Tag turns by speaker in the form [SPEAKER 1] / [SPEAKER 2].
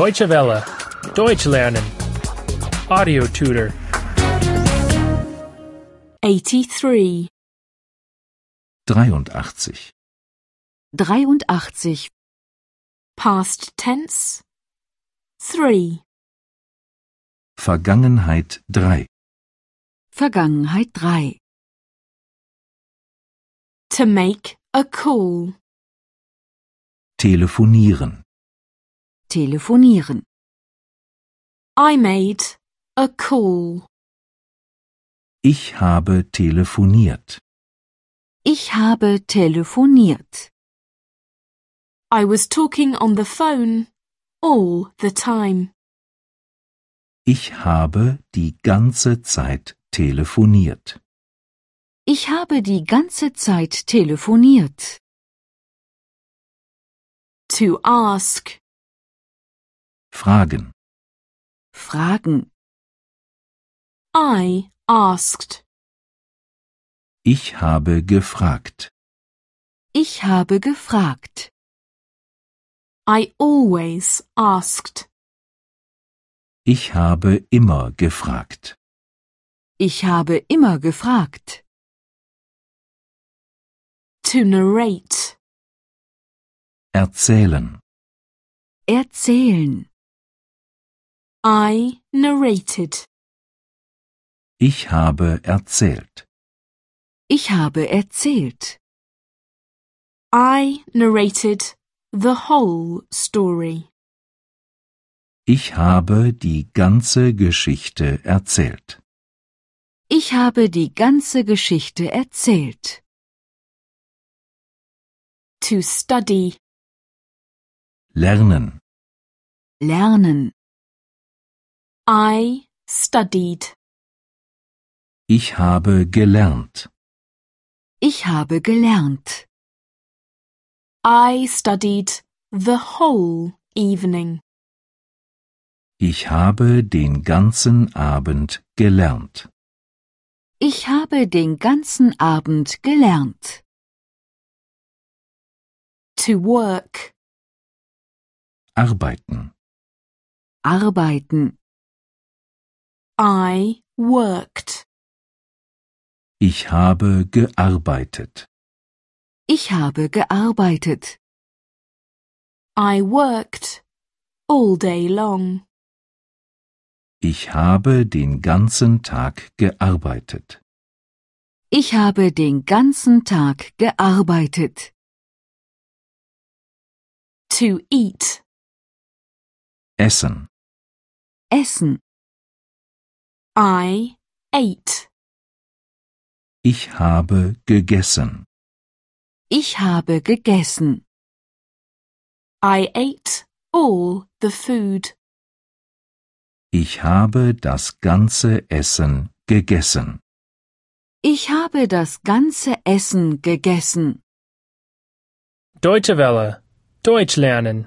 [SPEAKER 1] Deutsche Welle. Deutsch lernen. Audio tutor.
[SPEAKER 2] 83.
[SPEAKER 3] 83.
[SPEAKER 2] 83. Past tense. 3.
[SPEAKER 3] Vergangenheit 3.
[SPEAKER 2] Vergangenheit 3. To make a call.
[SPEAKER 3] Telefonieren.
[SPEAKER 2] Telefonieren. I made a call.
[SPEAKER 3] Ich habe telefoniert.
[SPEAKER 2] Ich habe telefoniert. I was talking on the phone all the time.
[SPEAKER 3] Ich habe die ganze Zeit telefoniert.
[SPEAKER 2] Ich habe die ganze Zeit telefoniert. To ask.
[SPEAKER 3] Fragen.
[SPEAKER 2] Fragen. I asked.
[SPEAKER 3] Ich habe gefragt.
[SPEAKER 2] Ich habe gefragt. I always asked.
[SPEAKER 3] Ich habe immer gefragt.
[SPEAKER 2] Ich habe immer gefragt. To narrate.
[SPEAKER 3] Erzählen.
[SPEAKER 2] Erzählen. I narrated.
[SPEAKER 3] Ich habe erzählt.
[SPEAKER 2] Ich habe erzählt. I narrated the whole story.
[SPEAKER 3] Ich habe die ganze Geschichte erzählt.
[SPEAKER 2] Ich habe die ganze Geschichte erzählt. To study.
[SPEAKER 3] Lernen.
[SPEAKER 2] Lernen. I studied.
[SPEAKER 3] Ich habe gelernt.
[SPEAKER 2] Ich habe gelernt. I studied the whole evening.
[SPEAKER 3] Ich habe den ganzen Abend gelernt.
[SPEAKER 2] Ich habe den ganzen Abend gelernt. To work.
[SPEAKER 3] Arbeiten.
[SPEAKER 2] Arbeiten. I worked.
[SPEAKER 3] Ich habe gearbeitet.
[SPEAKER 2] Ich habe gearbeitet. I worked all day long.
[SPEAKER 3] Ich habe den ganzen Tag gearbeitet.
[SPEAKER 2] Ich habe den ganzen Tag gearbeitet. To eat.
[SPEAKER 3] Essen.
[SPEAKER 2] Essen. I ate.
[SPEAKER 3] Ich habe gegessen.
[SPEAKER 2] Ich habe gegessen. I ate all the food.
[SPEAKER 3] Ich habe das ganze Essen gegessen.
[SPEAKER 2] Ich habe das ganze Essen gegessen.
[SPEAKER 1] Deutsche Welle. Deutsch lernen.